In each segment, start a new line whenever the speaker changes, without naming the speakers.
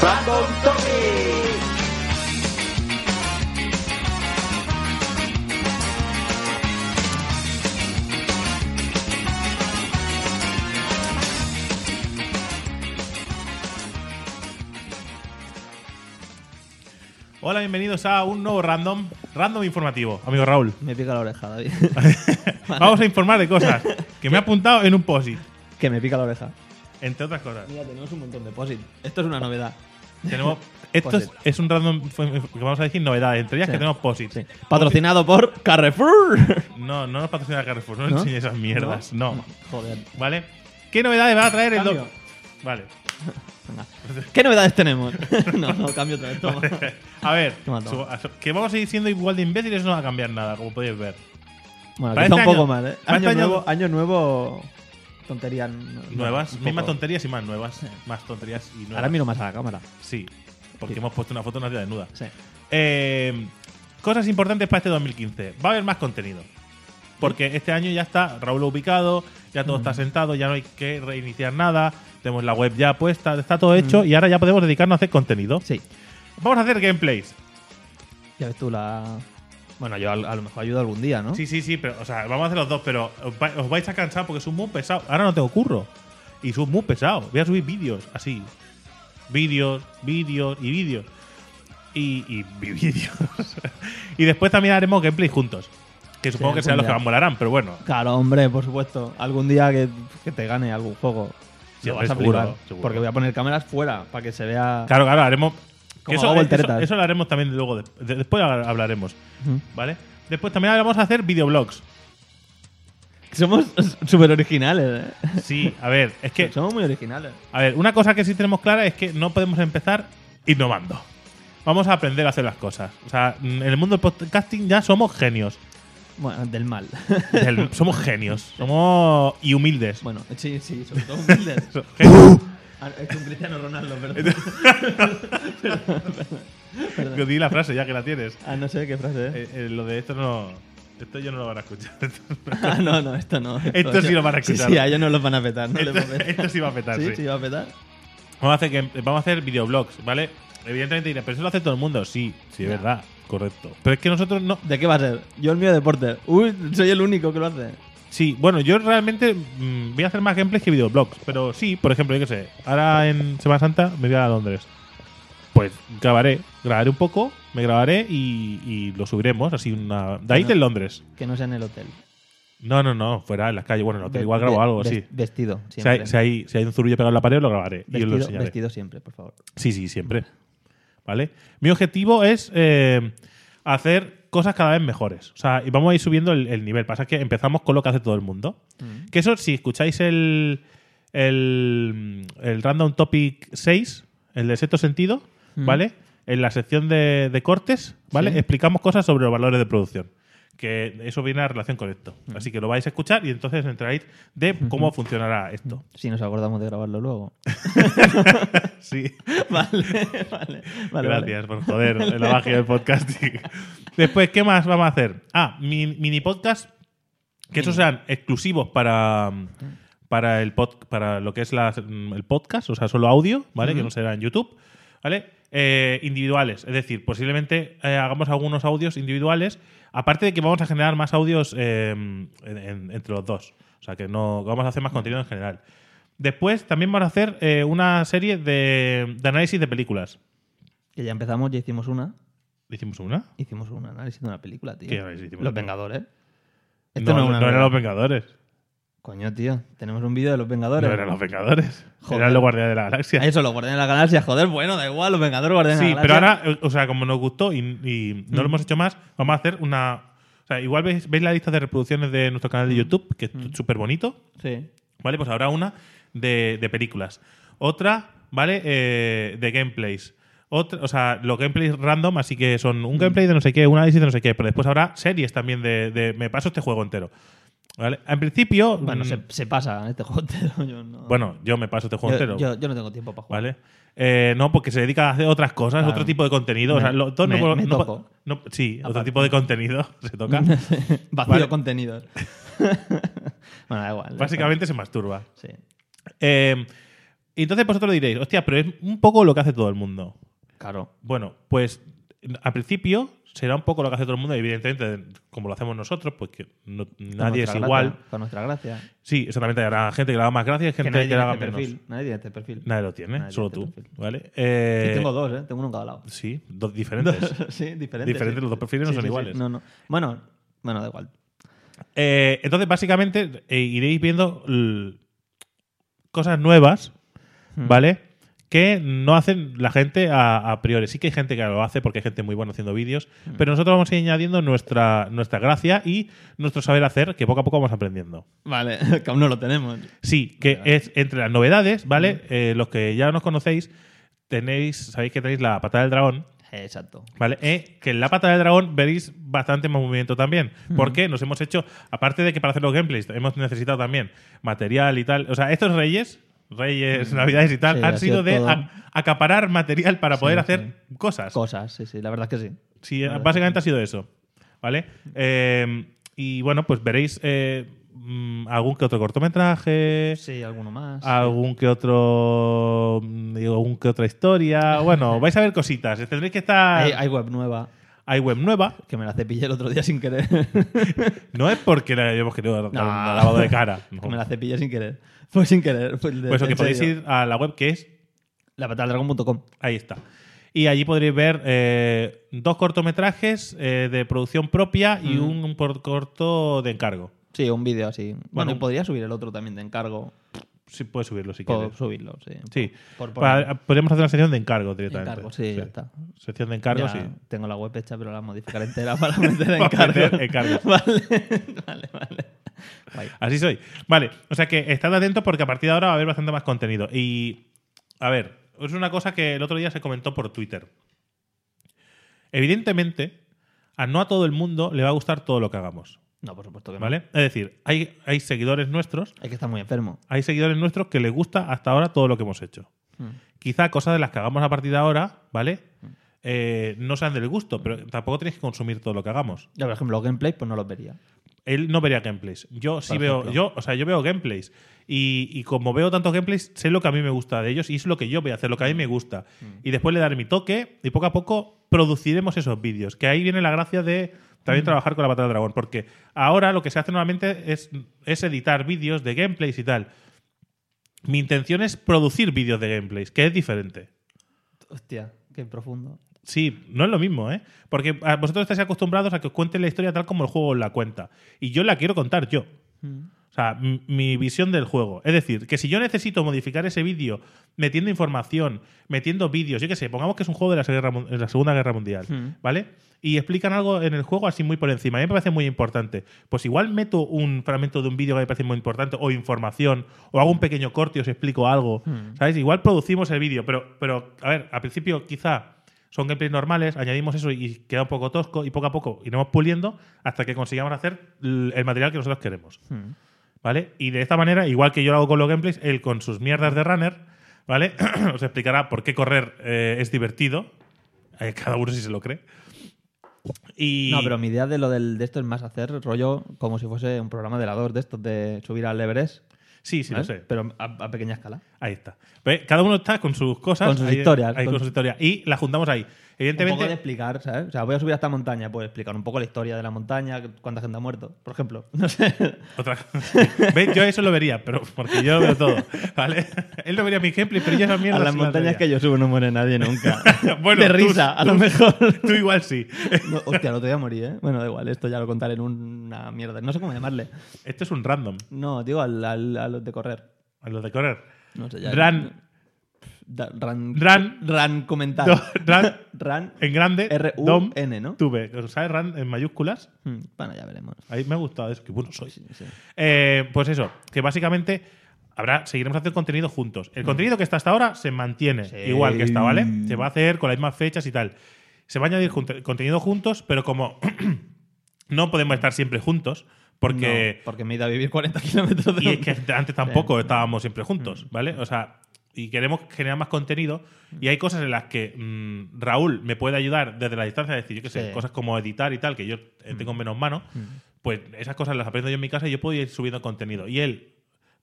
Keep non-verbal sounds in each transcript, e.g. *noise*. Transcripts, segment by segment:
Dragon Topic.
Hola, bienvenidos a un nuevo random, random informativo, amigo Raúl. *laughs*
Me pica la oreja, *laughs* David.
Vamos a informar de cosas que me he apuntado en un posit,
que me pica la oreja.
entre otras cosas.
Mira, tenemos un montón de posit. Esto es una novedad.
Tenemos, esto es,
Posit.
es un random fue- que vamos a decir novedades, entre ellas
Sí.
que tenemos posits.
Sí. Patrocinado por Carrefour.
No, no nos patrocina Carrefour, no,
¿No?
enseñes esas mierdas, no.
Joder.
¿Vale? ¿Qué novedades va a traer el
Cambio.
doc? Vale.
Venga. ¿Qué novedades tenemos? *laughs* no, no, cambio otra vez. Toma.
*laughs* A ver,
Toma, toma.
su- a su- que vamos a seguir siendo igual de imbéciles, no va a cambiar nada, como podéis ver.
Bueno,
Para
quizá un
este
poco
año-
más, ¿eh?
para
Año,
este año-
nuevo, año nuevo. Tonterías nu-
Nuevas,
un poco.
mismas tonterías y más nuevas. Más tonterías y nuevas.
Ahora miro más a la cámara.
Sí, porque
Sí.
hemos puesto una foto de una ciudad desnuda.
Sí.
Eh, cosas importantes para este 2015. Va a haber más contenido. Porque este año ya está Raúl ubicado, ya todo está sentado, ya no hay que reiniciar nada. Tenemos la web ya puesta, está todo hecho y ahora ya podemos dedicarnos a hacer contenido.
Sí.
Vamos a hacer gameplays.
Ya ves tú la. Bueno, yo al- a, lo mejor ayudo algún día, ¿no?
Sí, sí, sí, pero, o sea, vamos a hacer los dos, pero os, va- os vais a cansar porque es un muy pesado. Ahora no tengo curro. Y es muy pesado. Voy a subir vídeos así. Vídeos, vídeos y vídeos. Y, y *laughs* vi- vídeos. y después también haremos gameplay juntos. Que supongo que
algún
serán los que
día.
más molarán, pero bueno.
Claro, hombre, por supuesto. Algún día que, que te gane algún juego.
Sí,
Lo
hombre,
vas a
seguro,
flipar,
seguro.
Porque voy a poner cámaras fuera para que se vea.
Claro, claro, haremos.
Como
eso,
hago
eso,
volteretas.
eso lo haremos también luego. de- de- después hablaremos,
Ujú.
¿vale? Después también vamos a hacer videoblogs.
Somos súper originales, ¿eh?
Sí, a ver, es que.
Somos muy originales.
A ver, una cosa que sí tenemos clara es que no podemos empezar innovando. Vamos a aprender a hacer las cosas. O sea, mm, en el mundo del podcasting ya somos genios.
Bueno, del *laughs* mal.
Del- *laughs* somos genios. Somos y humildes.
bueno, sí, sí, sobre todo *laughs* humildes.
So- *laughs* genios.
Ah, es un Cristiano Ronaldo, perdón.
Yo di la frase ya que la tienes.
ah, no sé qué frase es.
Eh, eh, lo de esto no. Esto yo no lo van a escuchar.
Ah, no, no, esto no.
Esto sí lo van a
Sí,
escuchar.
sí, a ellos no los van a petar. No les va a
esto,
petar.
esto sí va a petar, sí.
sí, va a petar.
*laughs* Vamos, a hacer que, vamos a hacer videoblogs, ¿vale? Evidentemente diré, pero eso lo hace todo el mundo. Sí, sí, es
Ya.
verdad. Correcto. Pero es que nosotros no,
¿De qué va a ser? Yo el mío deporte. Uy, soy el único que lo hace.
Sí, bueno, yo realmente mm, voy a hacer más gameplays que videoblogs. Pero sí, por ejemplo, yo qué sé, ahora en Semana Santa me voy a Londres. Pues grabaré, grabaré un poco, me grabaré y, y lo subiremos, así una... De ahí
Bueno.
en Londres.
Que no sea en el hotel.
No, no, no, fuera en las calles. Bueno, no,
Ve-
igual grabo
ve-
algo,
ves-
sí.
Vestido,
Si hay,
siempre.
si, hay, si hay un zurullo pegado en la pared, lo grabaré y os lo
vestido,
enseñaré.
vestido siempre, por favor.
Sí, sí, siempre. ¿Vale? Mi objetivo es eh, hacer cosas cada vez mejores. O sea, y vamos a ir subiendo el, el nivel. Pasa que empezamos con lo que hace todo el mundo. Que eso, si escucháis el, el, el Random Topic 6, el de sexto sentido, ¿vale? En la sección de, de cortes, ¿vale?
Sí.
Explicamos cosas sobre los valores de producción. Que eso viene a relación con esto. Así que lo vais a escuchar y entonces entraréis de cómo funcionará esto.
Si nos acordamos de grabarlo luego.
Sí.
*laughs* vale, vale, *laughs* vale.
Gracias por joder la magia del
*laughs*
podcasting. Después, ¿qué más vamos a hacer? Ah, mi- mini podcast. Que esos sean exclusivos para, para, el pod- para lo que es la- el podcast, o sea, solo audio, ¿vale? Que no será en YouTube, ¿vale? Eh, individuales, es decir, posiblemente eh, hagamos algunos audios individuales, aparte de que vamos a generar más audios eh, en- en- entre los dos, o sea, que no vamos a hacer más contenido en general. Después también vamos a hacer eh, una serie de, de análisis de películas.
Que ya empezamos, ya hicimos una.
¿Hicimos una?
Hicimos un análisis de una película, tío.
¿Qué análisis hicimos?
Los Vengadores. Esto no,
no,
es una
no eran
novedad.
los Vengadores.
Coño, tío. Tenemos un vídeo de los Vengadores.
No eran
*laughs*
los Vengadores.
Joder.
Eran los Guardianes de la Galaxia.
Eso, los Guardianes de la Galaxia. Joder, bueno, da igual, los Vengadores, Guardianes
Sí,
de la Mm.
pero
Galaxia.
ahora, o sea, como nos gustó y, y no lo hemos hecho más, vamos a hacer una, O sea, igual veis, veis la lista de reproducciones de nuestro canal de
Mm.
YouTube, que es súper bonito.
Sí.
¿Vale? Pues habrá una de, de películas. Otra, ¿vale? Eh, de gameplays. Otra, o sea, los gameplays random, así que son
Mm.
un gameplay de no sé qué, un análisis de no sé qué, pero después habrá series también de, de me paso este juego entero. ¿Vale? En principio.
Bueno,
mm,
se, se pasa este juego entero. *laughs* Yo no,
bueno, yo me paso este juego
yo,
entero.
yo- yo no tengo tiempo para jugar.
¿Vale? Eh, no, porque se dedica a hacer otras cosas,
Claro.
otro tipo de contenido. o sea,
Me-
lo- todo no
me-
po-
me
no po-
toco.
no- sí, otro
Aparte.
tipo de contenido *laughs* se
*laughs*
toca.
Vacío
Vale. *laughs*
contenido. bueno, da igual. ¿eh?
Básicamente se masturba.
Sí.
Eh, y entonces vosotros diréis, hostia, pero es un poco lo que hace todo el mundo.
Claro.
Bueno, pues al principio será un poco lo que hace todo el mundo, y evidentemente, como lo hacemos nosotros, pues que no- nadie es
nuestra
igual.
gracia, con nuestra gracia.
Sí, exactamente, habrá gente que le haga más gracia y gente
Que
que,
nadie
le
tiene
haga
este
menos.
perfil. Nadie tiene este perfil.
Nadie lo tiene,
Nadie
solo
tiene
tú.
este perfil.
¿Vale? Eh,
Yo tengo dos, ¿eh? Tengo uno en cada lado.
Sí, dos
*laughs*
diferentes.
sí, diferentes.
Diferentes,
sí.
los dos perfiles no son iguales.
No, no. Bueno, bueno, da igual.
Eh, entonces, básicamente, eh, iréis viendo l- cosas nuevas, ¿vale? Que no hacen la gente a, a priori. Sí que hay gente que lo hace porque hay gente muy buena haciendo vídeos, pero nosotros vamos a ir añadiendo nuestra, nuestra gracia y nuestro saber hacer, que poco a poco vamos aprendiendo.
Vale, *laughs* que aún no lo tenemos.
Sí, que es entre las novedades, ¿vale? Eh, los que ya nos conocéis, tenéis, sabéis que tenéis la patada del dragón,
Exacto.
¿Vale? Eh, que en la patada del dragón veréis bastante más movimiento también. Porque nos hemos hecho, aparte de que para hacer los gameplays hemos necesitado también material y tal. O sea, estos reyes, reyes, navidades y tal,
Sí,
han
ha
sido
sido
de
todo.
a- acaparar material para poder hacer cosas.
Cosas, sí, sí, la verdad es que eh, sí.
Sí,
Vale.
básicamente ha sido eso. ¿Vale? Eh, y bueno, pues veréis eh, mm, algún que otro cortometraje.
Sí, alguno más.
Algún que otro. mm, digo, algún que otra
*laughs*
historia. Bueno, vais a ver cositas. Tendréis que estar.
Hay, hay web nueva
hay web nueva.
que me la cepillé el otro día
*laughs*
sin querer.
No es porque le hayamos querido dar
No.
un lavado de
*laughs*
cara. No.
Que me la cepillé sin querer. Fue sin querer. Fue de-
Pues eso,
en
que podéis
serio.
ir a la web que es.
Lapataldragon.com.
Ahí está. Y allí podréis ver eh, dos cortometrajes eh, de producción propia y
Mm.
un por corto de encargo.
Sí, un vídeo así. Bueno,
Bueno.
podría subir el otro también de encargo.
Sí, puedes subirlo si
Puedo
quieres.
subirlo, sí.
Sí.
Por- por-
Pa- podríamos hacer una sección de encargo directamente.
Encargo, sí, ya está.
Sección de encargo,
Ya *laughs*
sí. *laughs*
Tengo la web hecha, pero la modificaré entera *laughs* para meter
Para
encargo.
meter encargos.
*laughs* Vale, vale, vale. Guay.
Así soy. Vale, o sea que estad atentos porque a partir de ahora va a haber bastante más contenido. Y, a ver, es una cosa que el otro día se comentó por Twitter. Evidentemente, a no a todo el mundo le va a gustar todo lo que hagamos,
No, por supuesto que no.
¿vale? Es decir, hay, hay seguidores nuestros,
Es que está muy enfermo.
hay seguidores nuestros que les gusta hasta ahora todo lo que hemos hecho.
Mm.
Quizá cosas de las que hagamos a partir de ahora, ¿vale? Eh, no sean del gusto, pero tampoco tenéis que consumir todo lo que hagamos.
Yo, por ejemplo, los gameplays, pues no los vería.
Él no vería gameplays. Yo sí
Por
veo.
ejemplo.
Yo, o sea, yo veo gameplays. Y, y como veo tantos gameplays, sé lo que a mí me gusta de ellos y es lo que yo voy a hacer, lo que a mí me gusta. Y después le daré mi toque y poco a poco produciremos esos vídeos. Que ahí viene la gracia de también trabajar con la batalla del dragón. Porque ahora lo que se hace normalmente es, es editar vídeos de gameplays y tal. Mi intención es producir vídeos de gameplays, que es diferente.
Hostia, qué profundo.
Sí, no es lo mismo, ¿eh? Porque ah, vosotros estáis acostumbrados a que os cuente la historia tal como el juego os la cuenta. Y yo la quiero contar yo. O sea, m- mi visión del juego. Es decir, que si yo necesito modificar ese vídeo metiendo información, metiendo vídeos, yo qué sé, pongamos que es un juego de la, se- guerra mun- de la Segunda Guerra Mundial,
Hmm.
¿vale? Y explican algo en el juego así muy por encima. A mí me parece muy importante. Pues igual meto un fragmento de un vídeo que me parece muy importante, o información, o hago un pequeño corte y os explico algo. ¿Sabes? Igual producimos el vídeo, pero, pero, a ver, al principio quizá son gameplays normales, añadimos eso y queda un poco tosco, y poco a poco iremos puliendo hasta que consigamos hacer l- el material que nosotros queremos.
Hmm.
¿Vale? Y de esta manera, igual que yo lo hago con los gameplays, él con sus mierdas de runner, ¿vale? *clears throat* Os explicará por qué correr eh, es divertido. Eh, cada uno si se lo cree. Y
No, pero mi idea de lo del, de esto es más hacer rollo como si fuese un programa de la 2 de estos de subir al Everest.
Sí, sí,
¿vale?
lo sé.
Pero a, a pequeña escala.
Ahí está. Ve, Cada uno está con sus cosas.
Con sus
ahí-
historias,
ahí con,
con-
sus historias. Y la juntamos ahí.
Un poco de
Evidentemente,
explicar, ¿sabes? O sea, voy a subir a esta montaña, pues explicar un poco la historia de la montaña, cuánta gente ha muerto, por ejemplo. *laughs* No sé.
otra *laughs* ¿Veis? Yo eso lo vería, pero porque yo veo todo. ¿Vale? *laughs* Él no vería mi gameplay, pero yo esa mierda
a las
sí
montañas que
vería.
yo subo no muere nadie nunca.
*laughs* Bueno,
de
tú-
risa, a lo
tú-
mejor.
*laughs*
*laughs*
Tú igual sí.
No, hostia, lo te voy a morir, ¿eh? Bueno, da igual, esto ya lo contaré en una mierda. No sé cómo llamarle.
Esto es un random.
No, digo al, al- a los de correr.
A los de correr.
No sé, ya.
Run.
Da- Ran.
Ran.
Ran comentar. *laughs*
Do- Ran.
Ran.
En grande. Dom,
R-U-N, ¿no?
Tuve, ¿sabes? Ran en mayúsculas.
Hmm, Bueno, ya veremos.
Ahí me ha gustado eso, que bueno soy.
Sí, sí.
Eh, pues eso, que básicamente habrá, seguiremos haciendo contenido juntos.
Mm.
El contenido que está hasta ahora se mantiene igual que está, ¿vale? Se va a hacer con las mismas fechas y tal. Se va a añadir junto- contenido juntos, pero como *clears throat* no podemos estar siempre juntos, porque
No, porque me he ido a vivir 40 *laughs* kilómetros de
y es que antes tampoco estábamos siempre
Mm.
juntos, ¿vale? O sea, y queremos generar más contenido y hay cosas en las que mm, Raúl me puede ayudar desde la distancia, es decir, yo qué sé,
Sí. Mm.
cosas como editar y tal, que yo eh, tengo menos mano, pues esas cosas las aprendo yo en mi casa y yo puedo ir subiendo contenido. Y él,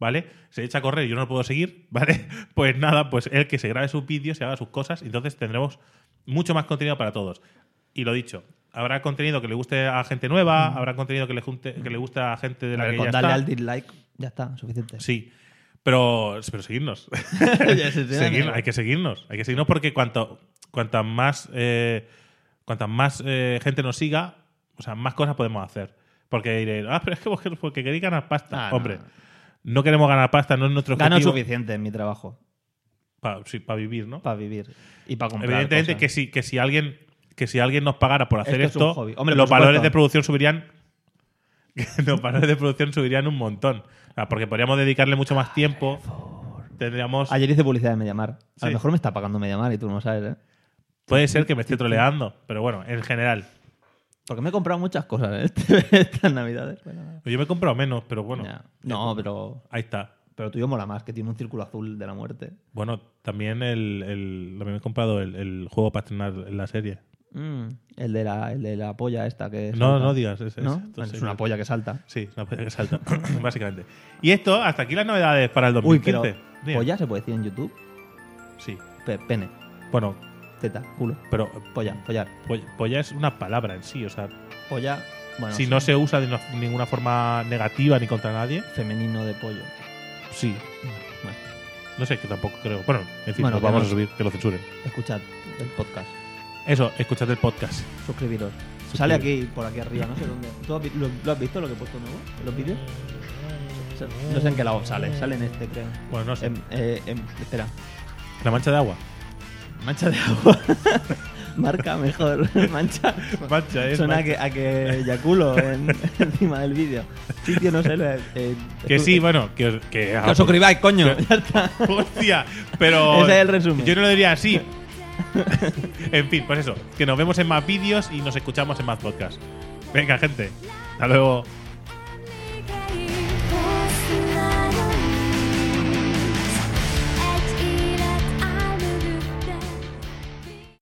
¿vale? Se echa a correr, yo no lo puedo seguir, *laughs* ¿vale? Pues nada, pues él que se grabe sus vídeos, se haga sus cosas, y entonces tendremos mucho más contenido para todos. Y lo dicho. Habrá contenido que le guste a gente nueva, habrá contenido que le, junte- que le guste a gente de la
Mm. A ver,
que
con
ya
darle
está.
al dislike, ya está, suficiente. *laughs*
Sí. Pero, pero seguirnos. *laughs*
Ya se te da
Seguir-
miedo.
hay que seguirnos. Hay que seguirnos porque cuanto, cuanta más, eh, cuanta más eh, gente nos siga, o sea, más cosas podemos hacer. Porque diré, ah, pero es que vos quer- porque queréis ganar pasta.
Ah, no,
Hombre,
no.
no. queremos ganar pasta, no es nuestro
Gano
objetivo.
suficiente en mi trabajo
Para vivir, ¿no?
para vivir y para comprar.
Evidentemente
cosas.
que si, que si alguien que si alguien nos pagara por hacer
Esto es
esto,
un hobby. Hombre,
los
por
valores
supuesto.
de producción subirían *laughs* los valores de producción subirían un montón. O sea, porque podríamos dedicarle mucho más tiempo. Tendríamos
Ayer hice publicidad de Mediamar.
Sí.
A lo mejor me está pagando Mediamar y tú no lo sabes, ¿eh?
Puede ser que me esté troleando, pero bueno, en general.
Porque me he comprado muchas cosas ¿eh? *laughs* Este- estas navidades. Bueno, nada.
Yo me he comprado menos, pero bueno, eh,
Ya. No, pero,
ahí está.
pero tuyo mola más, que tiene un círculo azul de la muerte.
Bueno, también el, el- también me he comprado el, el juego para estrenar la serie.
Mm, el, de la, el de la polla esta que
No,
salta.
no digas ese.
¿No?
ese.
Bueno,
Entonces,
es una polla que salta.
Sí, una polla que salta, *coughs* básicamente. Y esto, hasta aquí las novedades para el
Uy,
2015.
pero
Dime.
polla se puede decir en YouTube.
Sí.
Pe- pene,
Bueno,
teta, culo,
pero
polla, follar.
polla, polla es una palabra en sí, o sea,
Polla, bueno,
si
sí,
no se usa de no- ninguna forma negativa ni contra nadie,
femenino de pollo.
sí.
Bueno,
No sé, que tampoco creo. Bueno, en fin,
Bueno,
nos
que
vamos
no-
a subir, que lo censuren.
escuchad el podcast.
Eso, escuchad el podcast.
Suscribiros. Sale aquí, por aquí arriba, no sé dónde. ¿Tú has vi- lo, lo has visto lo que he puesto nuevo? ¿Los vídeos? Se- No sé en qué lado sale. Sale en este, creo.
Bueno, no sé.
Em, eh, em, espera.
La mancha de agua.
Mancha de agua. *laughs* Marca mejor. *laughs* Mancha.
Mancha, es
Suena a
mancha.
que, a que yaculo en- *laughs* encima del vídeo. Sitio, no sé. lo- eh, eh,
Que sí,
escu-
bueno, que, que ah, pues,
Que os suscribáis, coño. Ya está.
*laughs* Hostia, pero.
*laughs* Ese es el resumen.
Yo no lo diría
*laughs*
así. en fin, pues eso. Que nos vemos en más vídeos y nos escuchamos en más podcasts. Venga, gente. Hasta luego.